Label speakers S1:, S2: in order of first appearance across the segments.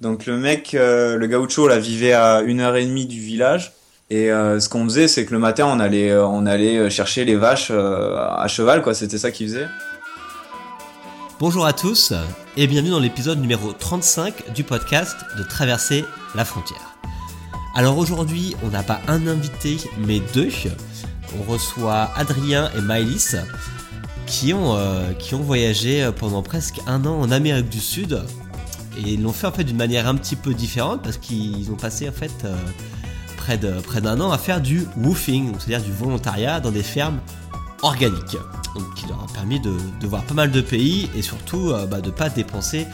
S1: Donc le mec, euh, le gaucho, là, vivait à une heure et demie du village. Et euh, ce qu'on faisait, c'est que le matin, on allait, euh, on allait chercher les vaches euh, à cheval, quoi. C'était ça qu'il faisait.
S2: Bonjour à tous et bienvenue dans l'épisode numéro 35 du podcast de Traverser la frontière. Alors aujourd'hui, on n'a pas un invité, mais deux. On reçoit Adrien et Maëlys qui ont, euh, qui ont voyagé pendant presque un an en Amérique du Sud et ils l'ont fait en fait d'une manière un petit peu différente parce qu'ils ont passé en fait euh, près de- près d'un an à faire du woofing, donc c'est-à-dire du volontariat dans des fermes organiques, donc qui leur a permis de, de voir pas mal de pays et surtout euh, bah, de pas dépenser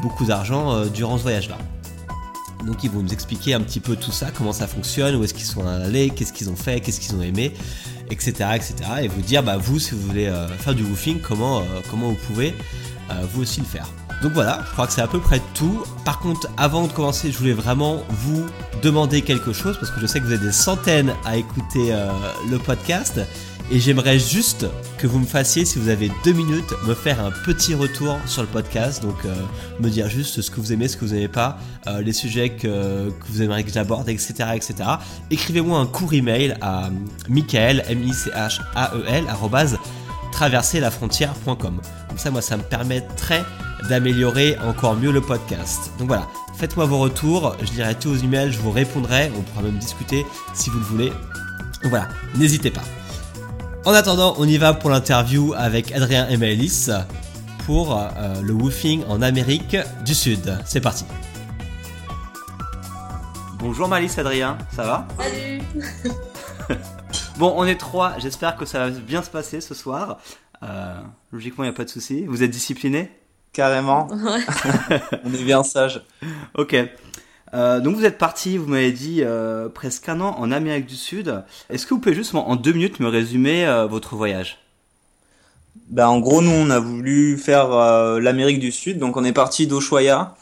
S2: beaucoup d'argent euh, durant ce voyage-là. Donc ils vont nous expliquer un petit peu tout ça, comment ça fonctionne, où est-ce qu'ils sont allés, qu'est-ce qu'ils ont fait, qu'est-ce qu'ils ont aimé, etc., etc. Et vous dire, bah vous, si vous voulez euh, faire du woofing, comment, euh, comment vous pouvez euh, vous aussi le faire. Donc voilà, je crois que c'est à peu près tout. Par contre, avant de commencer, je voulais vraiment vous demander quelque chose parce que je sais que vous êtes des centaines à écouter euh, le podcast et j'aimerais juste que vous me fassiez, si vous avez deux minutes, me faire un petit retour sur le podcast. Donc euh, me dire juste ce que vous aimez, ce que vous n'aimez pas, euh, les sujets que, que vous aimeriez que j'aborde, etc., etc. Écrivez-moi un court email à michael, m i c h a e l arrobase, traverserlafrontière.com. Comme ça, moi, ça me permettrait d'améliorer encore mieux le podcast. Donc voilà, faites-moi vos retours, je lirai tous vos emails, je vous répondrai, on pourra même discuter si vous le voulez. Donc voilà, n'hésitez pas. En attendant, on y va pour l'interview avec Adrien et Maëlys pour euh, le woofing en Amérique du Sud. C'est parti. Bonjour Maëlys, Adrien, ça va
S3: Salut
S2: Bon, on est trois, j'espère que ça va bien se passer ce soir. Euh, logiquement, il n'y a pas de souci. Vous êtes disciplinés
S1: Carrément.
S3: Ouais.
S1: on est bien sage.
S2: Ok. Euh, donc vous êtes parti, vous m'avez dit euh, presque un an en Amérique du Sud. Est-ce que vous pouvez juste en en deux minutes me résumer euh, votre voyage
S1: Bah, en gros, nous, on a voulu faire euh, l'Amérique du Sud. Donc, on est parti d'Ushuaia.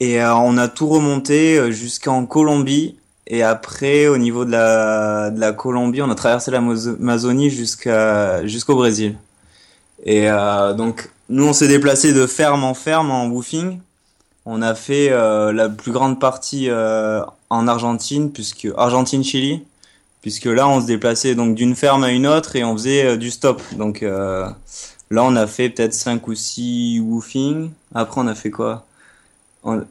S1: Et euh, on a tout remonté euh, jusqu'en Colombie. Et après, au niveau de la, de la Colombie, on a traversé l'Amazonie jusqu'à, jusqu'au Brésil. Et euh, donc, nous, on s'est déplacé de ferme en ferme en woofing. On a fait euh, la plus grande partie euh, en Argentine, puisque Argentine-Chili, puisque là, on se déplaçait donc d'une ferme à une autre et on faisait euh, du stop. Donc euh, là, on a fait peut-être 5 ou 6 woofing. Après, on a fait quoi On-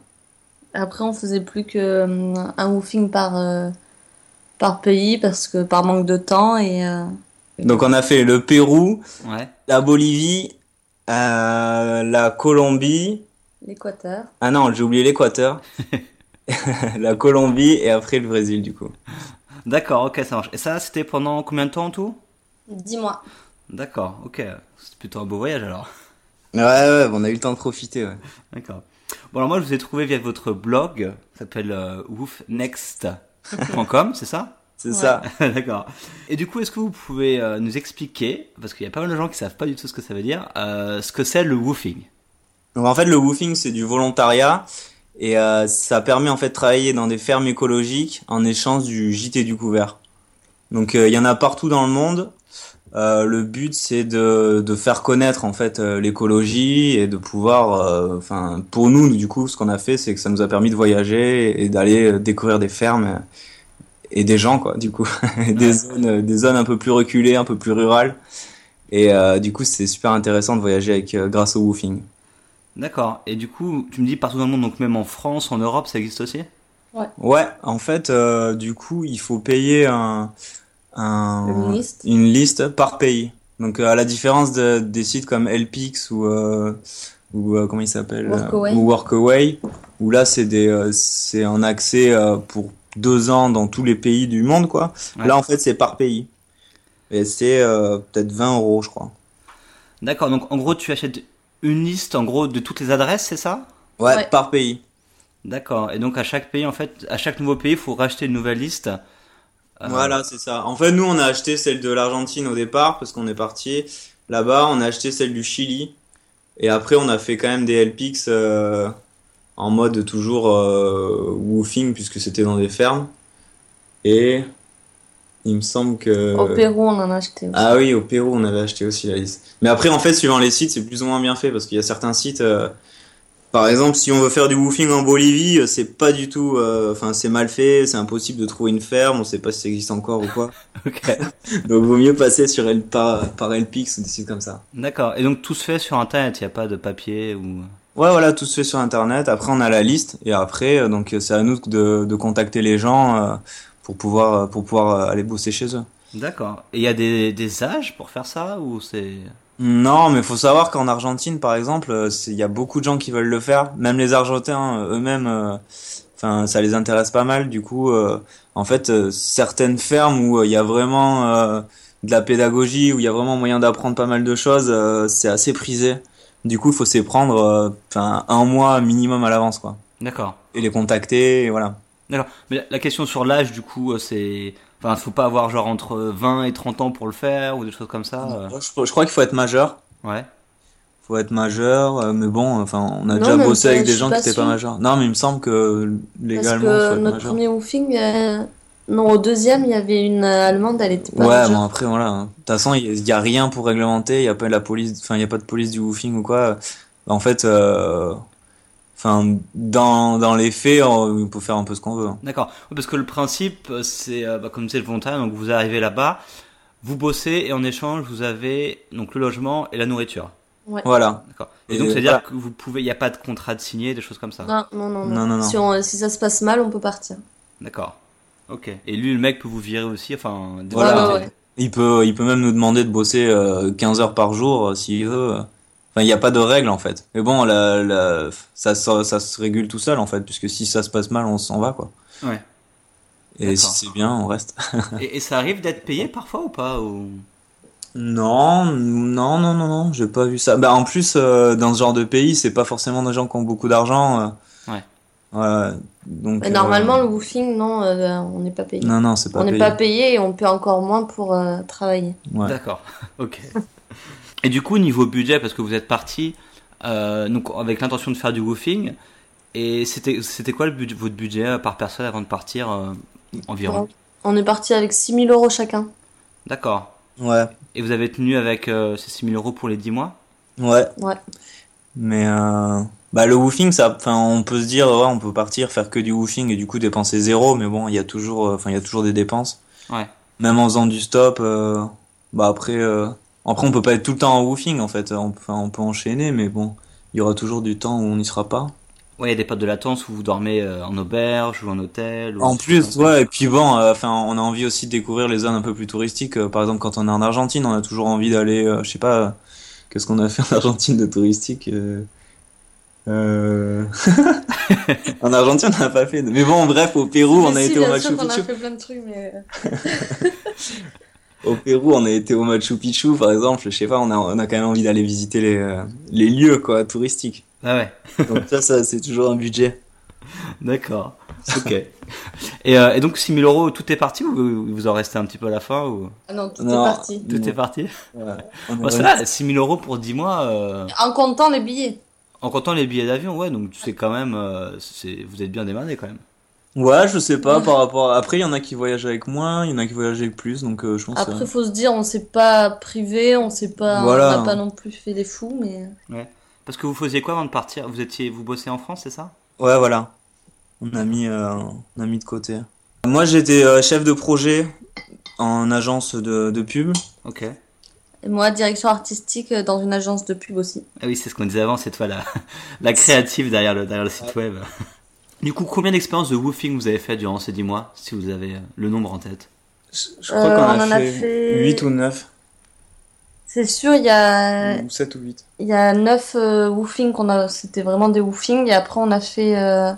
S3: Après, on faisait plus que euh, un woofing par, euh, par pays parce que par manque de temps et euh,
S1: Donc, on a fait le Pérou,
S2: Ouais.
S1: la Bolivie, euh, la Colombie,
S3: l'Équateur.
S1: Ah non, j'ai oublié l'Équateur, la Colombie et après le Brésil du coup.
S2: D'accord, ok, ça marche. Et ça, c'était pendant combien de temps en tout
S3: Dis-moi.
S2: D'accord, ok. C'est plutôt un beau voyage alors.
S1: Ouais, ouais, on a eu le temps de profiter. Ouais.
S2: D'accord. Bon alors moi, je vous ai trouvé via votre blog, ça s'appelle euh, woofnext.com, c'est ça
S1: C'est
S3: Ouais.
S1: ça.
S2: D'accord. Et du coup, est-ce que vous pouvez euh, nous expliquer, parce qu'il y a pas mal de gens qui savent pas du tout ce que ça veut dire, euh, ce que c'est le woofing
S1: Donc en fait, le woofing, c'est du volontariat et euh, ça permet en fait de travailler dans des fermes écologiques en échange du gîte et du couvert. Donc euh, il y en a partout dans le monde. Euh, le but, c'est de, de faire connaître en fait euh, l'écologie et de pouvoir, euh, enfin pour nous du coup, ce qu'on a fait, c'est que ça nous a permis de voyager et d'aller euh, découvrir des fermes euh, et des gens quoi, du coup, des zones, euh, des zones un peu plus reculées, un peu plus rurales. Et euh, du coup, c'est super intéressant de voyager avec euh, grâce au woofing.
S2: D'accord. Et du coup, tu me dis partout dans le monde, donc même en France, en Europe, ça existe aussi
S1: Ouais, en fait, euh, du coup, il faut payer un, un-
S3: Une liste.
S1: une liste par pays. Donc, euh, à la différence de, des sites comme Helpix ou, euh, ou euh, comment il s'appelle euh,
S3: Workaway.
S1: ou Workaway, où là, c'est des, euh, c'est un accès euh, pour deux ans dans tous les pays du monde, quoi.
S2: Ouais.
S1: Là, en fait, c'est par pays. Et c'est euh, peut-être 20 euros, je crois.
S2: D'accord. Donc en gros, tu achètes une liste, en gros, de toutes les adresses, c'est ça
S1: Ouais,
S3: Ouais.
S1: par pays.
S2: D'accord. Et donc à chaque pays, en fait, à chaque nouveau pays, il faut racheter une nouvelle liste. Euh,
S1: Voilà, c'est ça. En fait, nous, on a acheté celle de l'Argentine au départ parce qu'on est parti là-bas. On a acheté celle du Chili. Et après, on a fait quand même des LPX euh, en mode toujours euh, woofing puisque c'était dans des fermes. Et il me semble que...
S3: Au Pérou, on en a acheté. aussi.
S1: Euh, Ah oui, au Pérou, on avait acheté aussi la liste. Mais après, en fait, suivant les sites, c'est plus ou moins bien fait parce qu'il y a certains sites, euh, Par exemple, si on veut faire du woofing en Bolivie, euh, c'est pas du tout, euh, enfin c'est mal fait, c'est impossible de trouver une ferme, on sait pas si ça existe encore ou quoi.
S2: Ok.
S1: Donc vaut mieux passer sur El, par, par Elpix ou des sites comme ça.
S2: D'accord. Et donc tout se fait sur internet, il n'y a pas de papier ou.
S1: Ouais, voilà, tout se fait sur Internet. Après, on a la liste et après, euh, donc euh, c'est à nous de, de contacter les gens euh, pour pouvoir euh, pour pouvoir euh, aller bosser chez eux.
S2: D'accord. Et il y a des, des âges pour faire ça ou c'est.
S1: Non, mais faut savoir qu'en Argentine, par exemple, euh, c'est- il y a beaucoup de gens qui veulent le faire. Même les Argentins euh, eux-mêmes, euh, enfin, ça les intéresse pas mal. Du coup, euh, en fait, euh, certaines fermes où euh, il y a vraiment euh, de la pédagogie, où il y a vraiment moyen d'apprendre pas mal de choses, euh, c'est assez prisé. Du coup, il faut s'y prendre, euh, enfin, un mois minimum à l'avance, quoi.
S2: D'accord.
S1: Et les contacter, et voilà.
S2: D'accord. Mais la- la question sur l'âge, du coup, euh, c'est. Enfin, faut pas avoir genre entre 20 et 30 ans pour le faire ou des choses comme ça. euh.
S1: Moi, Je, je crois qu'il faut être majeur.
S2: Ouais.
S1: faut être majeur, euh, mais bon, enfin, on a
S3: Non,
S1: déjà
S3: mais
S1: bossé
S3: pas-
S1: avec
S3: je
S1: des
S3: suis
S1: gens qui
S3: pas
S1: n'étaient
S3: sûre.
S1: pas majeurs. Non, mais il me semble que
S3: Parce
S1: légalement,
S3: que
S1: faut être
S3: notre
S1: majeur.
S3: premier woofing, euh, non, au deuxième, il y avait une euh, Allemande, elle était pas
S1: Ouais,
S3: majeure.
S1: bon, après, voilà. hein. De toute façon, il n'y a rien pour réglementer, il n'y a pas de la police, enfin, il n'y a pas de police du woofing ou quoi. En fait, euh, enfin, dans, dans les faits, on peut faire un peu ce qu'on veut. hein.
S2: D'accord. Ouais, Parce que le principe, euh, c'est euh, bah, comme c'est le volontariat, donc vous arrivez là-bas, vous bossez et en échange, vous avez donc le logement et la nourriture.
S1: Voilà.
S2: D'accord. Et,
S1: Et
S2: donc,
S1: euh,
S2: c'est-à-dire
S1: voilà.
S2: que vous pouvez, il n'y a pas de contrat de signé, des choses comme ça.
S3: Non, non, non, non.
S1: Non, non, non.
S3: Si, on- euh, si ça se passe mal, on peut partir.
S2: D'accord. Ok. Et lui, le mec peut vous virer aussi, enfin. des-
S1: Voilà.
S3: Ouais, ouais, ouais.
S1: Il peut, il peut même nous demander de bosser euh, 15 heures par jour euh, s'il veut. Enfin, il n'y a pas de règles en fait. Mais bon, la, la, ça, se- ça se régule tout seul en fait, puisque si ça se passe mal, on s'en va quoi.
S2: Ouais.
S1: Et si
S2: D'accord.
S1: c'est bien, on reste.
S2: Et, et ça arrive d'être payé parfois ou pas ou...
S1: Non, non, non, non, non, j'ai pas vu ça. Bah, en plus, euh, dans ce genre de pays, c'est pas forcément des gens qui ont beaucoup d'argent. euh.
S2: Ouais.
S1: Ouais, donc.
S3: Mais
S1: euh,
S3: normalement, le woofing, non, euh, on n'est pas payé.
S1: Non, non, c'est pas.
S3: on n'est
S1: payé.
S3: pas payé et on paie encore moins pour euh, travailler.
S1: Ouais.
S2: D'accord. Ok. et du coup, niveau budget, parce que vous êtes parti euh, donc avec l'intention de faire du woofing, et c'était c'était quoi le budget, votre budget euh, par personne avant de partir euh, environ
S3: Ouais. On est parti avec 6000 euros chacun.
S2: D'accord.
S1: Ouais.
S2: Et vous avez tenu avec euh, ces 6000 euros pour les 10 mois
S1: Ouais.
S3: Ouais.
S1: Mais euh, bah le woofing, ça, enfin, on peut se dire, ouais, on peut partir faire que du woofing et du coup dépenser zéro, mais bon, il y a toujours, euh, enfin, il y a toujours des dépenses.
S2: Ouais.
S1: Même en faisant du stop, euh, bah après, euh, après on peut pas être tout le temps en woofing en fait. On, peut- enfin, on peut enchaîner, mais bon, il y aura toujours du temps où on n'y sera pas.
S2: Ouais, il y a des périodes de latence où vous dormez euh, en auberge ou en hôtel. Ou
S1: En plus, ouais, et puis bon, euh, enfin, on a envie aussi de découvrir les zones un peu plus touristiques. Euh, par exemple, quand on est en Argentine, on a toujours envie d'aller, euh, je sais pas, euh, qu'est-ce qu'on a fait en Argentine de touristique euh, euh, En Argentine, on n'a pas fait. de- Mais bon, bref, au Pérou, on a été au Machu Picchu.
S3: fait plein de trucs, mais. euh,
S1: Au Pérou, on a été au Machu Picchu, par exemple. Je sais pas, on a, on a quand même envie d'aller visiter les, euh, les lieux, quoi, touristiques.
S2: Ah ouais,
S1: Donc ça, ça c'est toujours un budget.
S2: d'accord. Ok. et, euh, et donc 6000 euros, tout est parti ou vous- vous en restez un petit peu à la fin ou
S3: Ah non, tout
S1: Non.
S3: est parti.
S2: Tout
S1: Non.
S2: est parti
S1: Ouais. On
S2: Bah,
S1: a-
S2: ça va, 6000 euros pour 10 mois, euh,
S3: En comptant les billets.
S2: en comptant les billets d'avion, ouais, donc c'est quand même. euh, c'est, vous êtes bien démarré quand même.
S1: Ouais, je sais pas par rapport. à- Après, il y en a qui voyagent avec moins, il y en a qui voyagent avec plus, donc euh, je pense.
S3: Après,
S1: euh,
S3: faut se dire, on s'est pas privé, on s'est pas,
S1: Voilà.
S3: on n'a pas non plus fait des fous, mais.
S2: Parce que vous faisiez quoi avant de partir Vous étiez, vous bossiez en France, c'est ça
S1: Ouais, voilà. On a mis, euh, on a mis de côté. Moi, j'étais euh, chef de projet en agence de, de pub.
S2: Ok.
S3: Et moi, direction artistique euh, dans une agence de pub aussi.
S2: Ah oui, c'est ce qu'on disait avant, c'est toi la, la créative derrière le, derrière le site web. Du coup, combien d'expériences de woofing vous avez fait durant ces 10 mois, si vous avez euh, le nombre en tête
S1: Je, je
S3: Euh, on en a fait-
S1: 8 ou Mm. 9,
S3: C'est sûr, il y a,
S1: ou 7 ou 8.
S3: il y a neuf euh, woofings qu'on a, c'était vraiment des woofings, et après, on a fait euh,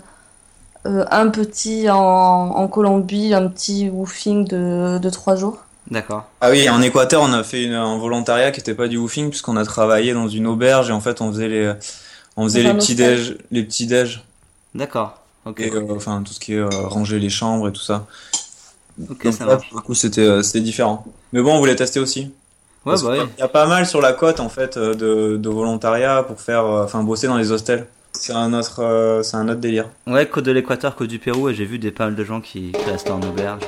S3: euh, un petit en, en Colombie, un petit woofing de, de trois jours.
S2: D'accord.
S1: Ah oui, en Équateur, on a fait une, un volontariat qui n'était pas du woofing, puisqu'on a travaillé dans une auberge et en fait, on faisait les, on faisait
S3: Dans
S1: les
S3: un
S1: petits
S3: hostel.
S1: déj, les petits déj,
S2: D'accord. Ok.
S1: et euh, enfin tout ce qui est euh, ranger les chambres et tout ça.
S2: ok,
S1: Donc
S2: ça
S1: là,
S2: marche.
S1: pour le coup, c'était euh, c'était différent. Mais bon, on voulait tester aussi.
S2: Ouais,
S1: Parce
S2: bah
S1: que
S2: ouais.
S1: Il y a pas mal sur la côte en fait euh, de, de volontariat pour faire, euh, enfin bosser dans les hostels. C'est un autre, euh, c'est un autre délire.
S2: Ouais, côte de l'Équateur, côte du Pérou, et j'ai vu des pas mal de gens qui, qui restaient en auberge.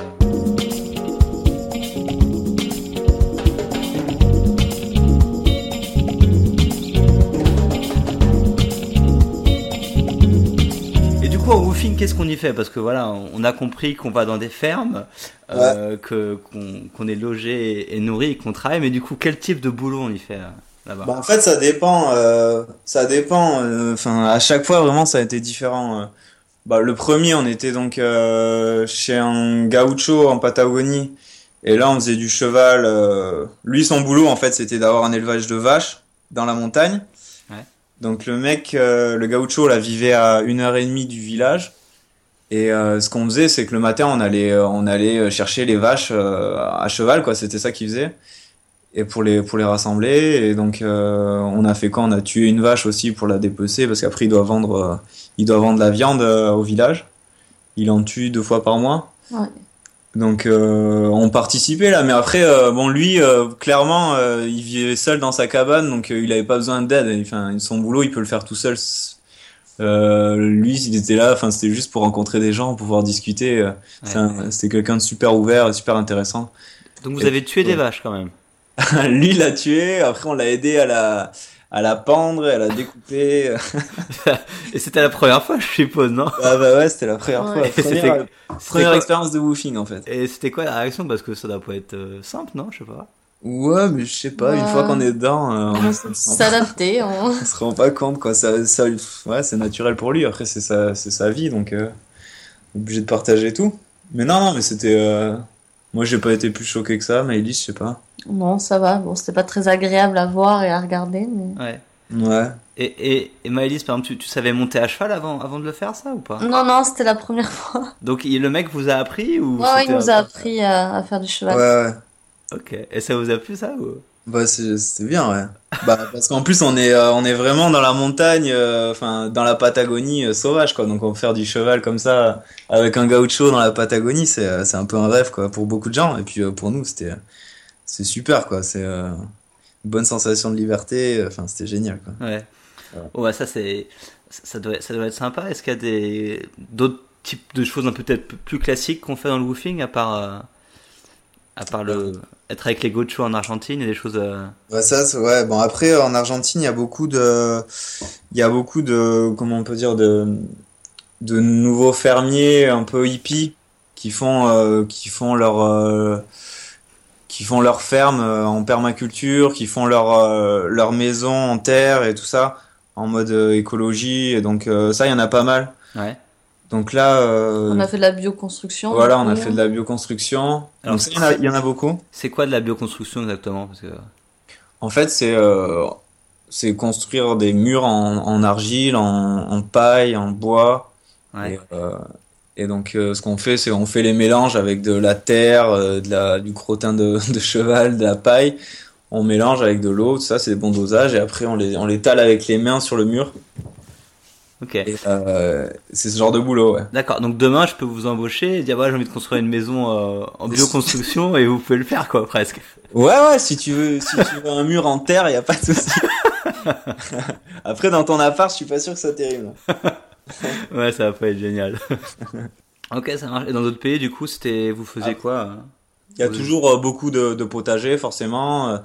S2: coup, en woofing, qu'est-ce qu'on y fait Parce que voilà, on a compris qu'on va dans des fermes, euh, que qu'on qu'on est logé et, et nourri et qu'on travaille, mais du coup, quel type de boulot on y fait euh, là-bas
S1: Bah, en fait, ça dépend. euh, ça dépend. euh, Enfin, à chaque fois, vraiment, ça a été différent. euh. Bah, le premier, on était donc euh, chez un gaucho en Patagonie. Et là, on faisait du cheval. euh, Lui, son boulot, en fait, c'était d'avoir un élevage de vaches dans la montagne.
S2: Ouais.
S1: Donc, le mec, euh, le gaucho, là, vivait à une heure et demie du village. Et euh, ce qu'on faisait, c'est que le matin, on allait, euh, on allait chercher les vaches euh, à cheval, quoi. C'était ça qu'il faisait et pour les pour les rassembler et donc euh, on a fait quoi on a tué une vache aussi pour la dépecer parce qu'après il doit vendre euh, il doit vendre la viande euh, au village il en tue deux fois par mois
S3: Ouais.
S1: donc euh, on participait là mais après euh, bon lui euh, clairement euh, il vivait seul dans sa cabane donc euh, il avait pas besoin d'aide enfin son boulot il peut le faire tout seul euh, lui il était là enfin c'était juste pour rencontrer des gens pouvoir discuter euh,
S2: Ouais.
S1: c'est un- c'était quelqu'un de super ouvert et super intéressant
S2: Donc, vous avez tué des vaches quand même.
S1: Lui il l'a tué, après on l'a aidé à la, à la pendre, à la découper.
S2: Et c'était la première fois, je suppose, non
S1: ah bah ouais, c'était la première fois.
S3: Ouais.
S1: la Première,
S2: C'était
S1: première
S2: quoi-
S1: expérience de woofing en fait.
S2: Et c'était quoi la réaction Parce que ça doit pas être euh, simple, non Je sais pas.
S1: Ouais, mais je sais pas, une
S3: Ouais. Ah,
S1: fois qu'on est dedans, euh,
S3: On s- S'adapter. on-
S1: on se rend pas compte quoi. Ça, ça, ouais, c'est naturel pour lui, après c'est sa, c'est sa vie donc euh, obligé de partager tout. Mais non, non, mais c'était. euh, Moi j'ai pas été plus choqué que ça, mais Elise, je sais pas.
S3: Non, ça va. Bon, c'était pas très agréable à voir et à regarder, mais.
S2: Ouais.
S1: Ouais.
S2: Et, et, et Maëlys, par exemple, tu, tu savais monter à cheval avant, avant de le faire, ça, ou pas
S3: Non, non, c'était la première fois.
S2: Donc, il- le mec vous a appris ou
S3: Ouais, ouais, il
S2: c'était
S3: nous
S2: un-
S3: a appris à, à faire du
S1: Ouais,
S3: cheval.
S1: ouais.
S2: Ok. Et ça vous a plu, ça ou...
S1: Bah c'est- c'était bien ouais. Bah parce qu'en plus on est euh, on est vraiment dans la montagne euh, enfin dans la Patagonie euh, sauvage quoi. Donc on faire du cheval comme ça avec un gaucho dans la Patagonie, c'est euh, c'est un peu un rêve quoi pour beaucoup de gens et puis euh, pour nous c'était euh, c'est super quoi, c'est euh, une bonne sensation de liberté, euh, enfin c'était génial quoi.
S2: Ouais.
S1: Ouais.
S2: Oh, bah, ça, c'est. Ça doit, ça doit être sympa. Est-ce qu'il y a des d'autres types de choses un peu peut-être plus classiques qu'on fait dans le woofing à part euh, à part le être avec les gauchos en Argentine et des choses euh,
S1: Ouais, ça, c'est- ouais. Bon, après, en Argentine, il y a beaucoup de, il y a beaucoup de, comment on peut dire, de, de nouveaux fermiers un peu hippies qui font, euh, qui font leur, euh, qui font leur ferme euh, en permaculture, qui font leur, euh, leur maison en terre et tout ça, en mode euh, écologie. Et donc, euh, ça, il y en a pas mal.
S2: ouais
S1: Donc là, euh,
S3: On a fait hein. de la bioconstruction.
S1: voilà,
S3: du
S1: on a
S3: coup.
S1: fait de la bioconstruction.
S2: Alors,
S1: Donc ça, il y en a- il y en a beaucoup.
S2: c'est quoi de la bioconstruction exactement parce que
S1: En fait, c'est euh, c'est construire des murs en, en argile, en, en paille, en bois.
S2: ouais,
S1: Et, euh, et donc, euh, ce qu'on fait, c'est on fait les mélanges avec de la terre, euh, de la, du crottin de, de cheval, de la paille. On mélange avec de l'eau, tout ça, c'est des bons dosages. Et après, on les, on les tale avec les mains sur le mur.
S2: ok
S1: Et euh, c'est ce genre de boulot, ouais.
S2: d'accord donc demain je peux vous embaucher et dire voilà j'ai envie de construire une maison euh, en bioconstruction et vous pouvez le faire quoi presque
S1: Ouais, ouais, si tu veux, si tu veux un mur en terre, y a pas de souci. après, dans ton appart, je suis pas sûr que ça soit terrible.
S2: ouais ça va pas être génial ok ça marche et dans d'autres pays du coup c'était vous faisiez
S1: Ah.
S2: quoi hein
S1: Il y a
S2: Oui.
S1: toujours euh, beaucoup de, de potagers, forcément. euh,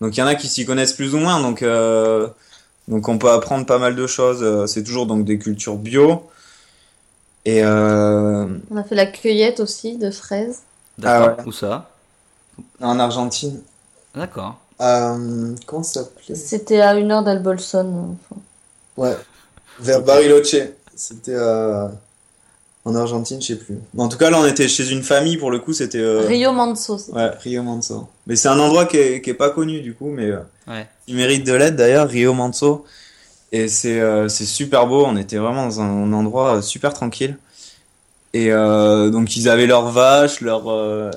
S1: Donc il y en a qui s'y connaissent plus ou moins. Donc, euh, donc on peut apprendre pas mal de choses. euh, C'est toujours donc des cultures bio. Et euh,
S3: On a fait la cueillette aussi de fraises.
S2: d'accord
S1: Ah
S2: ou ça
S1: en Argentine,
S2: d'accord
S1: euh, comment ça s'appelait
S3: C'était à une heure d'Albolson. enfin.
S1: Ouais, vers Bariloche. C'était euh, en Argentine, je sais plus. Mais en tout cas, là on était chez une famille pour le coup. C'était euh,
S3: Rio Manso. c'est-
S1: Ouais, Rio Manso. Mais c'est un endroit qui est, qui est pas connu du coup, mais euh,
S2: Ouais.
S1: il mérite de l'aide d'ailleurs, Rio Manso. Et c'est euh, c'est super beau, on était vraiment dans un endroit euh, super tranquille. Et euh, donc ils avaient leurs vaches, leurs euh,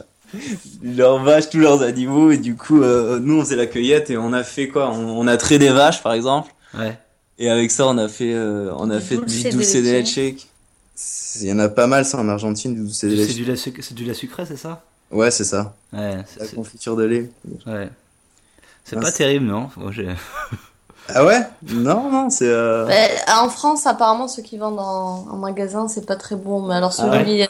S1: leurs vaches, tous leurs animaux. Et du coup, euh, nous on faisait la cueillette et on a fait quoi on, on a traité des vaches par exemple.
S2: ouais
S1: Et avec ça, on a fait euh, on a
S3: Du
S1: fait
S3: dulce
S1: du
S3: de
S1: dulce de
S3: leche.
S1: leche. C'est- Il y en a pas mal ça en Argentine, du dulce de
S2: C'est
S1: leche.
S2: du, lait suc- c'est du lait sucré, c'est ça
S1: Ouais, c'est ça.
S2: Ouais,
S1: La
S2: c'est c'est-
S1: confiture de lait.
S2: ouais. C'est
S1: Ah,
S2: pas
S1: c'est-
S2: terrible, non Moi, j'ai-
S1: Ah ouais Non, non, c'est... Euh...
S3: Ben, en France, apparemment, ceux qui vendent en, en magasin, c'est pas très bon. Mais alors, celui
S1: Ah ouais
S3: il y a-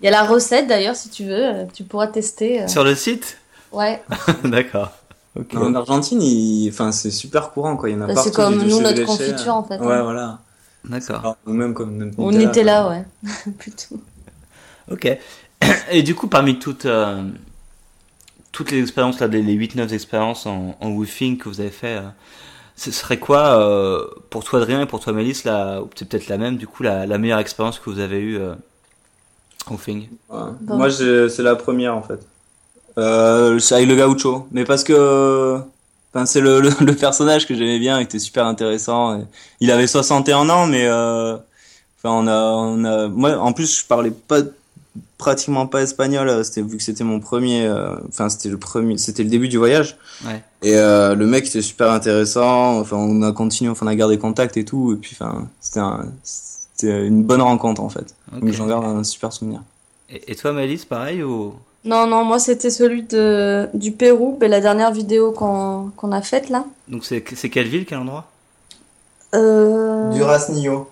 S3: il y a la recette d'ailleurs, si tu veux, euh, tu pourras tester. euh.
S1: Ah.
S2: Sur le site
S3: Ouais,
S2: D'accord. Ok.
S1: En Argentine, il- enfin, c'est super courant, quoi. Il y en a
S3: Bah,
S1: partout.
S3: c'est comme
S1: du dulce
S3: nous,
S1: de
S3: notre
S1: leche,
S3: confiture,
S1: euh.
S3: en fait,
S1: Ouais,
S3: hein.
S1: voilà.
S2: D'accord.
S1: Ou même comme même
S3: Ou
S1: Nutella.
S3: Nutella, ouais. Plutôt.
S2: Ok. Et du coup, parmi toutes, euh, toutes les expériences, là, les, 8-9 expériences en, en woofing que vous avez fait, euh, ce serait quoi, euh, pour toi Adrien et pour toi Mélisse, la- ou c'est peut-être la même, du coup, la, la meilleure expérience que vous avez eue euh, en woofing
S1: Ouais.
S3: Bon.
S1: Moi, j'ai- c'est la première en fait. Euh, c'est avec le gaucho, mais parce que enfin, c'est le, le, le personnage que j'aimais bien et qui était super intéressant. et- Il avait 61 ans, mais euh, enfin on a on a moi en plus je parlais pas pratiquement pas espagnol. euh, C'était vu que c'était mon premier, euh, enfin c'était le premier, c'était le début du voyage.
S2: Ouais.
S1: Et euh, le mec était super intéressant. Enfin on a continué, enfin on a gardé contact et tout. Et puis enfin c'était un- c'était une bonne rencontre en fait.
S2: Ok.
S1: Donc j'en garde un super souvenir.
S2: et, et toi Mélisse, pareil ou...
S3: Non, non, moi c'était celui de, du Pérou, ben, la dernière vidéo qu'on qu'on a faite là.
S2: Donc c'est c'est quelle ville, quel endroit
S3: Euh...
S1: Durasnillo.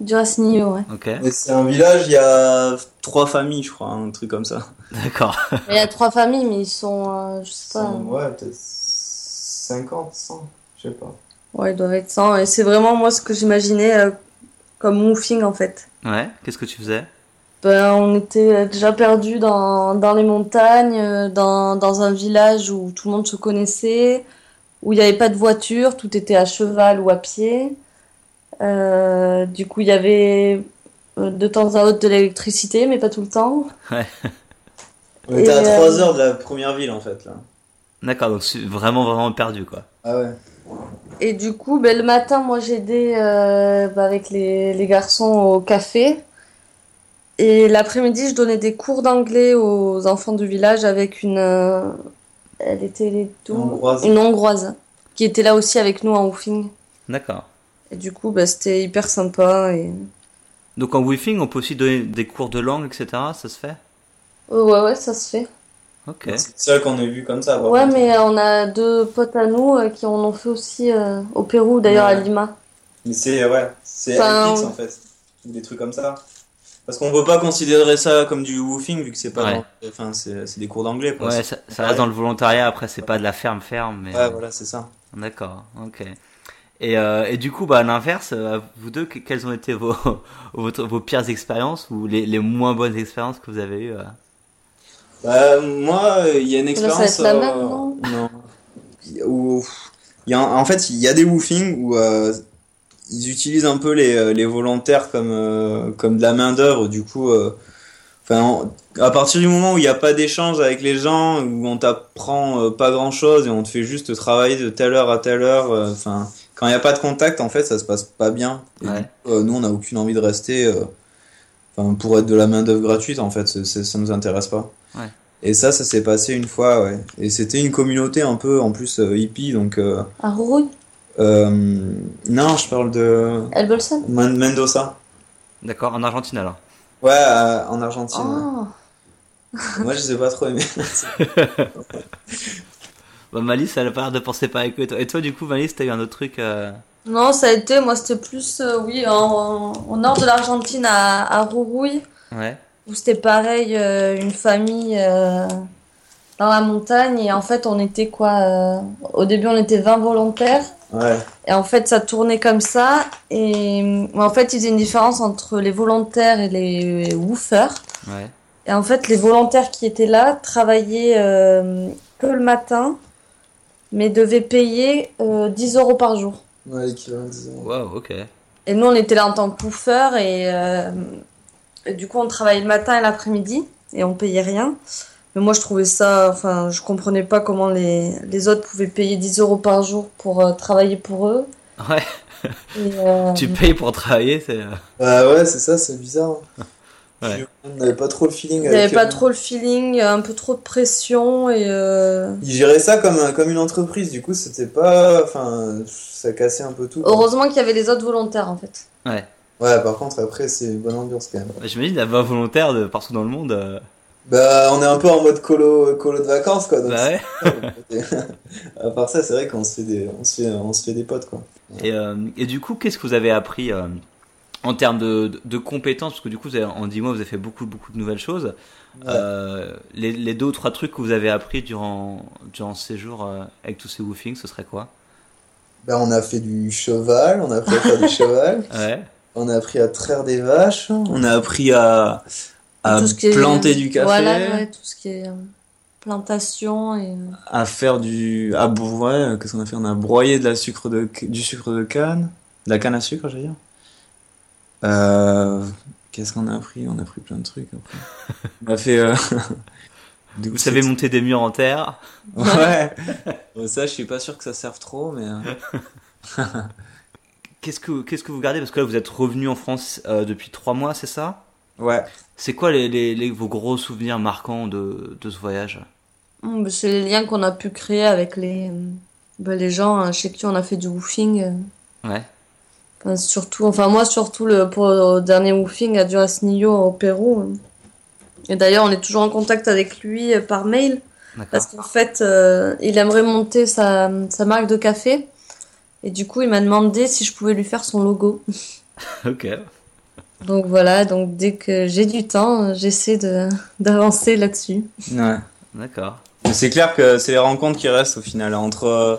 S3: Durasnillo, ouais.
S2: Ok,
S1: Et C'est un village, il y a trois familles, je crois, un truc comme ça.
S2: d'accord.
S3: Mais Il y a trois familles, mais ils sont, euh, je sais pas,
S1: Ouais, peut-être 50, 100, je sais pas.
S3: ouais, ils doivent être 100. Et c'est vraiment moi ce que j'imaginais euh, comme woofing en fait.
S2: Ouais, qu'est-ce que tu faisais
S3: Ben, on était euh, déjà perdus dans, dans les montagnes, euh, dans, dans un village où tout le monde se connaissait, où il n'y avait pas de voiture, tout était à cheval ou à pied. Euh, du coup, il y avait euh, de temps à autre de l'électricité, mais pas tout le temps.
S1: On était
S3: Et,
S1: à
S3: euh,
S1: 3 heures de la première ville, en fait, là.
S2: D'accord, donc c'est vraiment, vraiment perdu, quoi.
S1: Ah ouais.
S3: Et du coup, ben, le matin, moi j'aidais euh, ben, avec les, les garçons au café. Et l'après-midi, je donnais des cours d'anglais aux enfants du village avec une. euh, elle était les deux-
S1: Hongroise.
S3: Une hongroise. Qui était là aussi avec nous en woofing.
S2: D'accord.
S3: Et du coup, ben, c'était hyper sympa. Et...
S2: Donc en woofing, on peut aussi donner des cours de langue, etc. Ça se fait
S3: Ouais, ouais, ouais, ça se fait.
S2: Ok.
S1: C'est le seul qu'on ait vu comme ça. par
S3: Ouais,
S1: contre.
S3: mais euh, on a deux potes à nous euh, qui en ont fait aussi euh, au Pérou, d'ailleurs à
S1: Ouais.
S3: Lima.
S1: Mais c'est, ouais, c'est
S3: Enfin,
S1: FX,
S3: ouais.
S1: en fait. Des trucs comme ça. Parce qu'on peut pas considérer ça comme du woofing, vu que c'est pas.
S2: Ouais.
S1: dans- Enfin, c'est c'est des cours d'anglais, quoi.
S2: Ouais,
S1: C'est-
S2: ça, ça reste dans le volontariat, après c'est pas de la ferme-ferme, mais...
S1: Ouais, voilà, c'est ça.
S2: D'accord, ok. Et, euh, et du coup, bah, à l'inverse, euh, vous deux, que- quelles ont été vos, votre- vos pires expériences ou les, les moins bonnes expériences que vous avez eues euh
S1: Bah, moi, euh, il y a une
S3: Ça, ça va
S1: expérience.
S3: être la
S1: euh,
S3: même, non
S1: non. Où- il y a un- en fait, il y a des woofing où euh, ils utilisent un peu les, euh, les volontaires comme, euh, comme de la main-d'œuvre. Du coup, euh, enfin, en- à partir du moment où il n'y a pas d'échange avec les gens, où on t'apprend euh, pas grand-chose et on te fait juste travailler de telle heure à telle heure, euh, enfin, quand il n'y a pas de contact, en fait, ça se passe pas bien. Et
S2: Ouais.
S1: du coup, euh, nous, on n'a aucune envie de rester euh, enfin, pour être de la main-d'œuvre gratuite, en fait, c'est- c'est- ça nous intéresse pas.
S2: Ouais.
S1: Et ça, ça s'est passé une fois, ouais. Et c'était une communauté un peu, en plus, euh, hippie, donc. euh,
S3: À Rouille,
S1: euh, non, je parle de
S3: Elbolson.
S1: Men- Mendoza.
S2: D'accord, en Argentine alors.
S1: Ouais, euh, en Argentine. ouais.
S3: Ah.
S1: Moi, je les ai pas trop aimés.
S2: Bah, Malice, elle a pas l'air de penser pareil que toi. Et toi, du coup, Malice, t'as eu un autre truc euh,
S3: Non, ça a été, moi c'était plus, euh, oui, en- au nord de l'Argentine, à, à Rourouille,
S2: Ouais,
S3: où c'était pareil, euh, une famille euh, dans la montagne, et en fait on était quoi euh, Au début on était 20 volontaires,
S1: Ouais.
S3: et en fait ça tournait comme ça, et euh, en fait ils faisaient une différence entre les volontaires et les woofers.
S2: ouais.
S3: Et en fait, les volontaires qui étaient là travaillaient euh, que le matin, mais devaient payer euh, 10 euros par jour.
S1: Ouais, l'équivalent, disons.
S2: Wow, ok.
S3: Et nous, on était là en tant que pouffeur et, euh, et du coup, on travaillait le matin et l'après-midi et on payait rien. Mais moi, je trouvais ça, enfin, je comprenais pas comment les, les autres pouvaient payer 10 euros par jour pour euh, travailler pour eux.
S2: Ouais,
S3: Et, euh,
S2: tu payes pour travailler, c'est. euh,
S1: Bah ouais, c'est ça, c'est bizarre.
S2: Ouais.
S1: Puis, On n'avait pas trop le feeling.
S3: il n'y
S1: avec euh,
S3: avait pas
S1: eux.
S3: trop le feeling, un peu trop de pression et euh,
S1: Ils géraient ça comme, un- comme une entreprise, du coup, c'était pas. Enfin, ça cassait un peu tout. quoi.
S3: heureusement qu'il y avait les autres volontaires en fait.
S1: Ouais, par contre, après, c'est une bonne ambiance quand même.
S2: bah, J'imagine la voix volontaire de partout dans le monde. euh,
S1: Bah, on est un peu en mode colo, colo de vacances, quoi. donc
S2: Bah ouais.
S1: c'est- à part ça, c'est vrai qu'on se, fait des- on se fait- on se fait des potes, quoi.
S2: Et, euh, et du coup, qu'est-ce que vous avez appris euh, en termes de, de- de compétences Parce que du coup, vous avez- en 10 mois, vous avez fait beaucoup, beaucoup de nouvelles choses. Euh, les, les deux ou trois trucs que vous avez appris durant, durant ces jours euh, avec tous ces woofings, ce serait quoi
S1: Bah, on a fait du cheval, on a fait faire du cheval.
S2: Ouais.
S1: On a appris à traire des vaches, on a appris à, à
S3: Tout ce qui est-
S1: planter du café,
S3: Voilà, ouais, tout ce qui est euh, plantation et. euh,
S1: à faire du, à broyer, qu'est-ce qu'on a fait On a broyé de la sucre de, du sucre de canne, de la canne à sucre, j'allais dire. Euh, qu'est-ce qu'on a appris On a appris plein de trucs. Après. On a fait. euh, du
S2: Vous
S1: coup,
S2: savez
S1: c'est-
S2: monter des murs en terre.
S1: Ouais. Bon, ça, je suis pas sûr que ça serve trop, mais. euh,
S2: Qu'est-ce que, qu'est-ce que vous gardez Parce que là, vous êtes revenu en France euh, depuis trois mois, c'est ça
S1: Ouais.
S2: C'est quoi les, les- les- vos gros souvenirs marquants de, de ce voyage
S3: Hum, bah, C'est les liens qu'on a pu créer avec les, euh, bah, les gens hein, chez qui on a fait du woofing. euh.
S2: Ouais.
S3: Enfin, surtout, enfin moi surtout le, pour le dernier woofing à Durasnillo au Pérou. hein. Et d'ailleurs on est toujours en contact avec lui euh, par mail
S2: D'accord.
S3: parce qu'en fait euh, il aimerait monter sa, sa marque de café. Et du coup il m'a demandé si je pouvais lui faire son logo.
S2: Ok.
S3: Donc voilà, donc dès que j'ai du temps, euh, j'essaie de d'avancer là-dessus.
S1: Ouais.
S2: D'accord.
S1: Mais C'est clair que c'est les rencontres qui restent au final entre euh,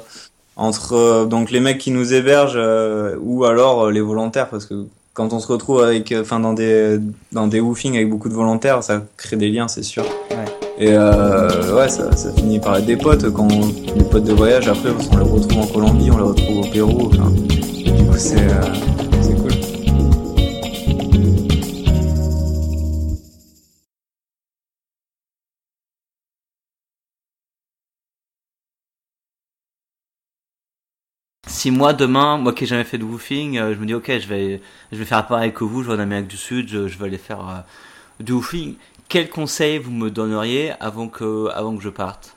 S1: entre euh, donc les mecs qui nous hébergent euh, ou alors euh, les volontaires parce que quand on se retrouve avec euh, enfin dans des dans des woofing avec beaucoup de volontaires ça crée des liens c'est sûr
S2: Ouais.
S1: et euh, ouais ça, ça finit par être des potes quand on, des potes de voyage après parce qu'on les retrouve en Colombie on les retrouve au Pérou enfin, du coup c'est euh, c'est cool
S2: Si moi demain, moi qui ai jamais fait de woofing, euh, je me dis ok, je vais, je vais faire pareil que vous, je vais en Amérique du Sud, je, je vais aller faire euh, du woofing. Quel conseil vous me donneriez avant que, avant que je parte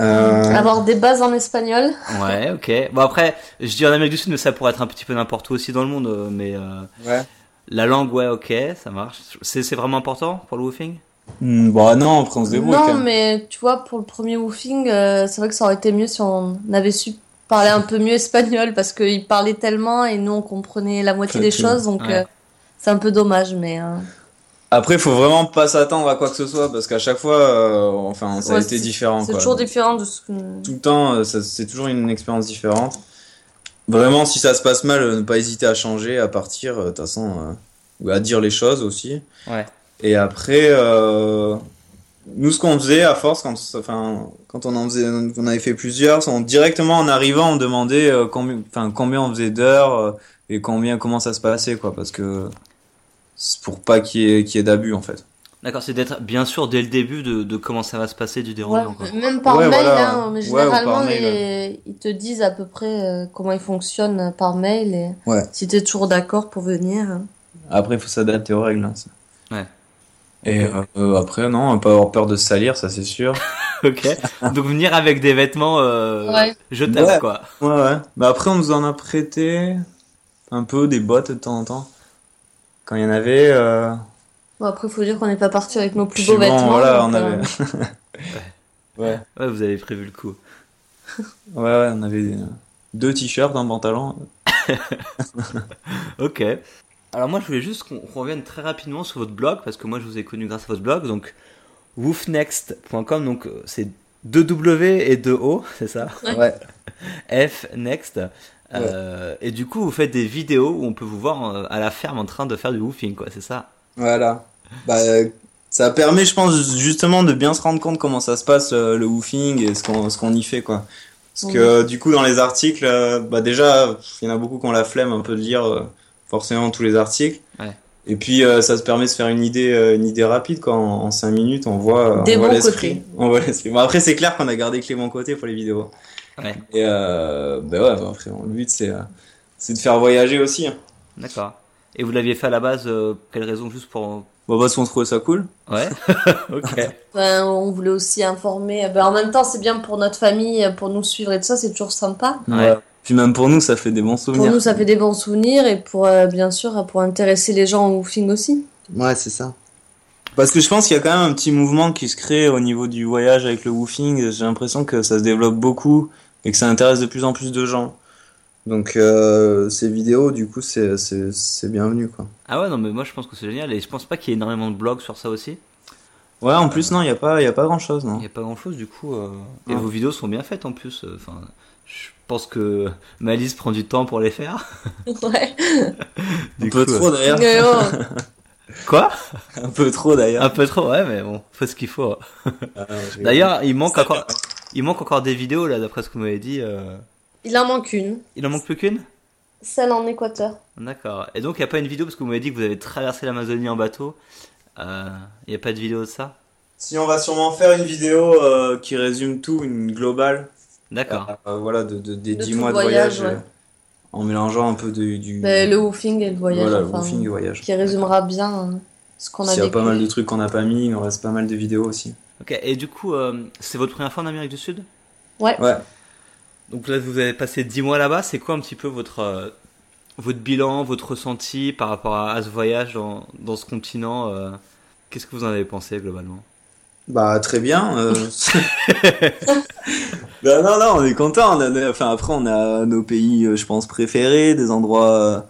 S1: Euh,
S3: Avoir des bases en espagnol.
S2: Ouais, ok. Bon après, je dis en Amérique du Sud, mais ça pourrait être un petit peu n'importe où aussi dans le monde. euh, Mais euh,
S1: ouais.
S2: la langue, ouais, ok, ça marche. C'est c'est vraiment important pour le woofing
S1: Hmm, bah non après on se débrouille quand
S3: Non,
S1: même.
S3: mais tu vois, pour le premier woofing, euh, c'est vrai que ça aurait été mieux si on avait su parler un peu mieux espagnol parce qu'il parlait tellement et nous on comprenait la moitié
S1: Pas
S3: des
S1: tout.
S3: choses donc
S2: Ouais.
S3: euh, c'est un peu dommage. Mais euh,
S1: Après, faut vraiment pas s'attendre à quoi que ce soit parce qu'à chaque fois, euh, enfin, ça a
S3: Ouais,
S1: été différent.
S3: c'est
S1: quoi.
S3: toujours différent de ce que.
S1: Tout le temps, euh, ça- c'est toujours une expérience différente. Vraiment, si ça se passe mal, euh, ne pas hésiter à changer, à partir, euh, de toute façon, euh, ou à dire les choses aussi.
S2: Ouais.
S1: Et après, euh, nous, ce qu'on faisait à force, quand, enfin, quand on en faisait, on avait fait plusieurs, on, directement en arrivant, on demandait euh, combien, enfin, combien on faisait d'heures euh, et combien, comment ça se passait, quoi, parce que c'est pour pas qu'il y ait, qu'il y ait d'abus, en fait.
S2: D'accord, c'est d'être bien sûr dès le début de, de comment ça va se passer du
S3: Ouais,
S2: déroulement. quoi.
S3: même par
S1: Ouais,
S3: mail,
S1: voilà.
S3: hein, mais
S1: Ouais, ou par
S3: généralement
S1: mail,
S3: les- ils te disent à peu près euh, comment ils fonctionnent euh, par mail et
S1: Ouais.
S3: si t'es toujours d'accord pour venir.
S1: Après, il faut s'adapter aux règles. hein, ça.
S2: Ouais.
S1: Et euh, euh, après, non, pas avoir peur de se salir, ça c'est sûr.
S2: Ok. Donc venir avec des vêtements euh,
S3: Ouais.
S2: jetables
S1: Ouais.
S2: quoi.
S1: ouais, ouais. Mais Bah, après, on nous en a prêté un peu des bottes de temps en temps. Quand il y en avait. euh,
S3: Bon, après, faut dire qu'on n'est pas parti avec nos plus
S1: puis
S3: beaux
S1: bon,
S3: vêtements.
S1: voilà,
S3: donc,
S1: on
S3: euh,
S1: avait. ouais.
S2: Ouais, vous avez prévu le coup.
S1: Ouais, ouais, on avait euh, deux t-shirts, un pantalon.
S2: Ok. Alors moi je voulais juste qu'on qu'on revienne très rapidement sur votre blog parce que moi je vous ai connu grâce à votre blog donc woofnext.com donc euh, c'est 2 W et 2 O, c'est ça
S1: Ouais.
S2: F next. Euh, et du coup vous faites des vidéos où on peut vous voir euh, à la ferme en train de faire du woofing quoi, c'est ça
S1: Voilà. Bah, euh, ça permet, je pense, justement de bien se rendre compte comment ça se passe euh, le woofing et ce qu'on ce qu'on y fait, quoi. Parce que euh, du coup, dans les articles, euh, bah déjà, il y en a beaucoup qui ont la flemme un peu de lire euh, forcément tous les articles.
S2: Ouais.
S1: Et puis, euh, ça se permet de se faire une idée, euh, une idée rapide, quoi. En, 5 minutes, on voit, euh,
S3: Des
S1: on voit
S3: bons
S1: l'esprit.
S3: côtés.
S1: On voit l'esprit. Bon, après, c'est clair qu'on a gardé que les bons côtés pour les vidéos.
S2: Ouais.
S1: Et euh, bah ouais, bah, après, bon, le but, c'est euh, c'est de faire voyager aussi. hein.
S2: D'accord. Et vous l'aviez fait à la base euh, pour quelle raison juste pour
S1: Bon, parce qu'on trouvait ça cool.
S2: Ouais. OK.
S3: Enfin, on voulait aussi informer. Ben, en même temps, c'est bien pour notre famille, pour nous suivre et tout ça, c'est toujours sympa.
S2: Ouais.
S1: Voilà. Puis même pour nous, ça fait des bons
S3: Pour
S1: souvenirs.
S3: nous, ça fait des bons souvenirs et pour, euh, bien sûr, pour intéresser les gens au woofing aussi.
S1: Ouais, c'est ça. Parce que je pense qu'il y a quand même un petit mouvement qui se crée au niveau du voyage avec le woofing. J'ai l'impression que ça se développe beaucoup et que ça intéresse de plus en plus de gens. Donc euh, ces vidéos, du coup, c'est c'est- c'est bienvenu, quoi.
S2: Ah ouais, non, mais moi je pense que c'est génial et je pense pas qu'il y ait énormément de blogs sur ça aussi.
S1: Ouais, en plus, non, il n'y a pas, il y a pas grand-chose, non.
S2: Il y a pas grand chose du coup. euh, Et
S1: Non.
S2: vos vidéos sont bien faites en plus. euh, Enfin, je pense que Malice prend du temps pour les faire.
S3: Ouais.
S1: Un
S2: Du
S1: peu
S2: coup,
S1: trop d'ailleurs.
S3: Mais oh,
S2: euh, Quoi
S1: Un peu trop d'ailleurs.
S2: Un peu trop, ouais, mais bon, faut ce qu'il faut.
S1: Ah, non, je-
S2: Ah, D'ailleurs, il manque encore, il manque encore des vidéos là, d'après ce que vous m'avez dit. euh,
S3: Il en manque une.
S2: Il en manque plus qu'une
S3: Celle en Équateur.
S2: D'accord. Et donc, il n'y a pas une vidéo parce que vous m'avez dit que vous avez traversé l'Amazonie en bateau. Euh, Il n'y a pas de vidéo de ça
S1: Si on va sûrement faire une vidéo euh, qui résume tout, une globale,
S2: D'accord.
S1: euh, voilà, de, de- des
S3: De
S1: 10
S3: tout
S1: mois
S3: le
S1: de voyage,
S3: voyage, ouais.
S1: euh, en mélangeant un peu de, du.
S3: Ben, le woofing et le voyage.
S1: Voilà, le
S3: enfin,
S1: woofing du voyage.
S3: Qui résumera bien euh, ce qu'on a
S1: S'il y a
S3: vécu.
S1: pas mal de trucs qu'on n'a pas mis, il nous reste pas mal de vidéos aussi.
S2: Ok, et du coup, euh, c'est votre première fois en Amérique du Sud
S1: Ouais.
S2: Donc là, vous avez passé 10 mois là-bas. C'est quoi un petit peu votre, euh, votre bilan, votre ressenti par rapport à, à ce voyage dans, dans ce continent euh, Qu'est-ce que vous en avez pensé globalement
S1: Bah très bien. euh, bah non non, on est content. on a- Enfin après on a nos pays, euh, je pense préférés, des endroits. euh,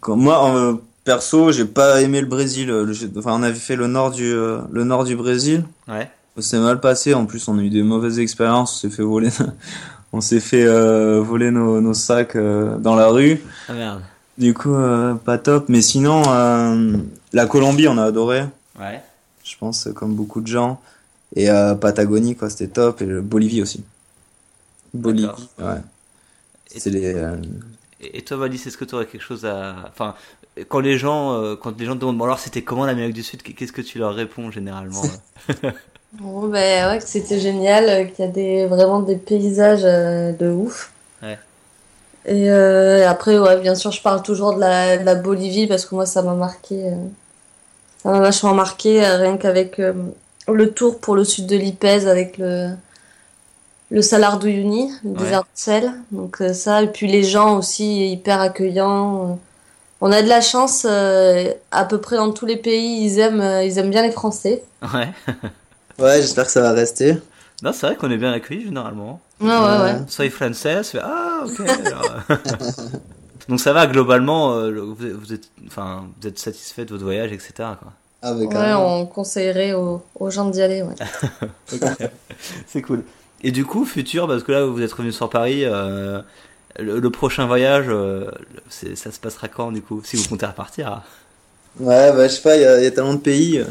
S1: Comme moi euh, perso, j'ai pas aimé le Brésil. euh, le- j'ai- Enfin on avait fait le nord du euh, le nord du Brésil.
S2: Ouais.
S1: C'est mal passé. En plus on a eu des mauvaises expériences. On s'est fait voler. on s'est fait euh, voler nos, nos sacs euh, dans la rue.
S2: Ah merde.
S1: Du coup euh, pas top. Mais sinon euh, la Colombie on a adoré
S2: Ouais.
S1: je pense, euh, comme beaucoup de gens. Et euh, Patagonie, quoi, c'était top. Et le Bolivie aussi. Bolivie, ouais. C'est les. euh,
S2: Et, et toi, Malice, est-ce que tu aurais quelque chose à. Enfin, quand les gens, euh, quand les gens te demandent, bon alors c'était comment l'Amérique du Sud Qu'est-ce que tu leur réponds généralement euh
S3: Bon, ben ouais, que c'était génial, euh, qu'il y a des, vraiment des paysages euh, de ouf.
S2: Ouais.
S3: Et euh, après, ouais, bien sûr, je parle toujours de la, de la Bolivie parce que moi, ça m'a marqué. euh, ça m'a vachement marqué, euh, rien qu'avec euh, le tour pour le sud de l'Ipèze avec le, le Salar de Uyuni, le
S2: Ouais.
S3: désert de sel. Donc, euh, ça, et puis les gens aussi hyper accueillants. Euh, On a de la chance, euh, à peu près dans tous les pays, ils aiment, euh, ils aiment bien les Français.
S2: Ouais.
S1: Ouais, j'espère que ça va rester.
S2: Non, c'est vrai qu'on est bien accueillis généralement.
S3: Ouais, ouais, ouais.
S2: Soyez français, ça fait, ah ok. alors. Donc ça va globalement, euh, le- vous, vous êtes, enfin, vous êtes satisfait de votre voyage, etc. Quoi.
S1: Avec
S3: Ouais, on conseillerait aux, aux gens d'y aller. Ouais.
S2: C'est cool. Et du coup, futur, parce que là vous êtes revenu sur Paris, euh, le, le prochain voyage, euh, c'est- ça se passera quand du coup, si vous comptez repartir
S1: Ouais, bah, je sais pas, il y, a- il y a tellement de pays.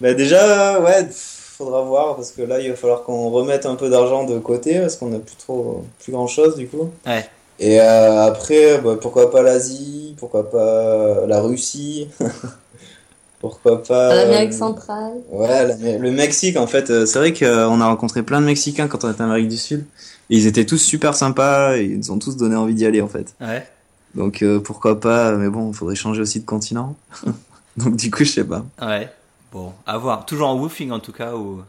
S1: Bah, déjà, euh, ouais, pff, faudra voir, parce que là, il va falloir qu'on remette un peu d'argent de côté, parce qu'on a plus trop, plus grand chose, du coup.
S2: Ouais.
S1: Et euh, après, bah, pourquoi pas l'Asie, pourquoi pas la Russie, pourquoi pas.
S3: À
S1: euh,
S3: L'Amérique centrale.
S1: Ouais, la- mais le Mexique, en fait, euh, c'est vrai qu'on a rencontré plein de Mexicains quand on était en Amérique du Sud. Et ils étaient tous super sympas, et ils nous ont tous donné envie d'y aller, en fait.
S2: Ouais.
S1: Donc euh, pourquoi pas, mais bon, faudrait changer aussi de continent. Donc du coup, je sais pas.
S2: Ouais. Bon, à voir. Toujours en woofing en tout cas, ou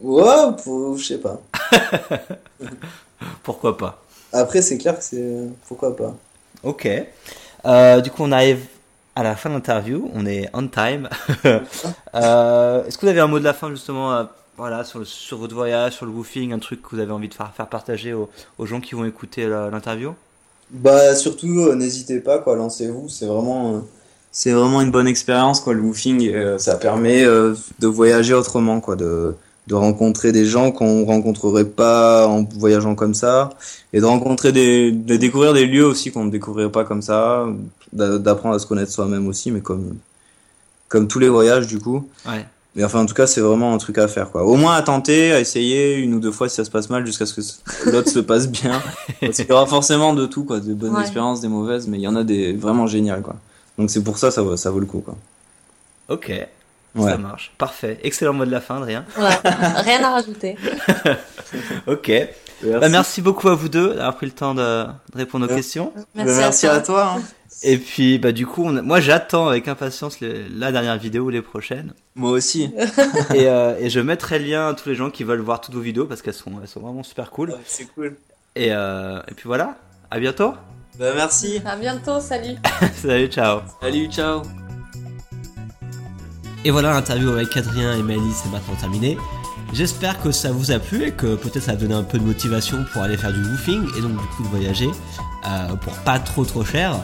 S1: Ouais, pour- je sais pas.
S2: pourquoi pas.
S1: Après, c'est clair que c'est. Pourquoi pas.
S2: Ok. Euh, du coup, on arrive à la fin de l'interview. On est on time. Euh, Est-ce que vous avez un mot de la fin, justement, euh, voilà, sur, le- sur votre voyage, sur le woofing, un truc que vous avez envie de faire, faire partager aux, aux gens qui vont écouter la- l'interview
S1: Bah surtout, euh, n'hésitez pas, quoi, lancez-vous, c'est vraiment, euh, c'est vraiment une bonne expérience, quoi, le woofing, euh, ça permet euh, de voyager autrement, quoi, de, de rencontrer des gens qu'on rencontrerait pas en voyageant comme ça, et de rencontrer des, de découvrir des lieux aussi qu'on ne découvrirait pas comme ça, d'a- d'apprendre à se connaître soi-même aussi, mais comme, comme tous les voyages, du coup.
S2: Ouais.
S1: Mais enfin, en tout cas, c'est vraiment un truc à faire, quoi. Au moins à tenter, à essayer une ou deux fois si ça se passe mal, jusqu'à ce que l'autre se passe bien. Parce qu'il y aura forcément de tout, quoi. Des bonnes
S3: Ouais.
S1: expériences, des mauvaises, mais il y en a des vraiment géniales, quoi. Donc c'est pour ça, ça vaut, ça vaut le coup, quoi.
S2: Ok.
S1: Ouais.
S2: Ça marche. Parfait. Excellent mot de la fin, Adrien.
S3: Voilà. Rien à rajouter.
S2: Ok. Bah, Merci, beaucoup à vous deux d'avoir pris le temps de, de répondre aux
S1: Ouais.
S2: questions.
S3: Ben, Merci,
S1: à,
S3: à, toi.
S1: toi. hein.
S2: Et puis, bah, du coup, on a- moi, j'attends avec impatience les- la dernière vidéo ou les prochaines.
S1: Moi aussi.
S2: et, euh, et je mettrai le lien à tous les gens qui veulent voir toutes vos vidéos parce qu'elles sont, elles sont vraiment super cool.
S1: c'est cool.
S2: Et, euh, et puis voilà. À bientôt.
S1: Bah merci.
S3: À bientôt. Salut.
S2: Salut, ciao.
S1: Salut, ciao.
S4: Et voilà, l'interview avec Adrien et Malice est maintenant terminée. J'espère que ça vous a plu et que peut-être ça a donné un peu de motivation pour aller faire du woofing et donc du coup de voyager euh, pour pas trop trop cher.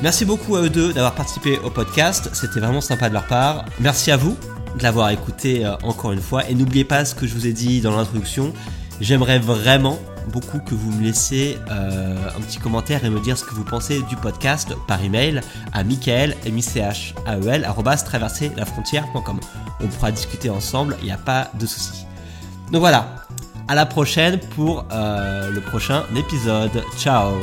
S4: Merci beaucoup à eux deux d'avoir participé au podcast, c'était vraiment sympa de leur part. Merci à vous de l'avoir écouté euh, encore une fois et n'oubliez pas ce que je vous ai dit dans l'introduction, j'aimerais vraiment
S2: beaucoup que vous me laissiez euh, un petit commentaire et me dire ce que vous pensez du podcast par email à michael, m i c h a e l arrobas, traverserlafrontière.com. On pourra discuter ensemble, il n'y a pas de souci. Donc voilà, à la prochaine pour euh, le prochain épisode. Ciao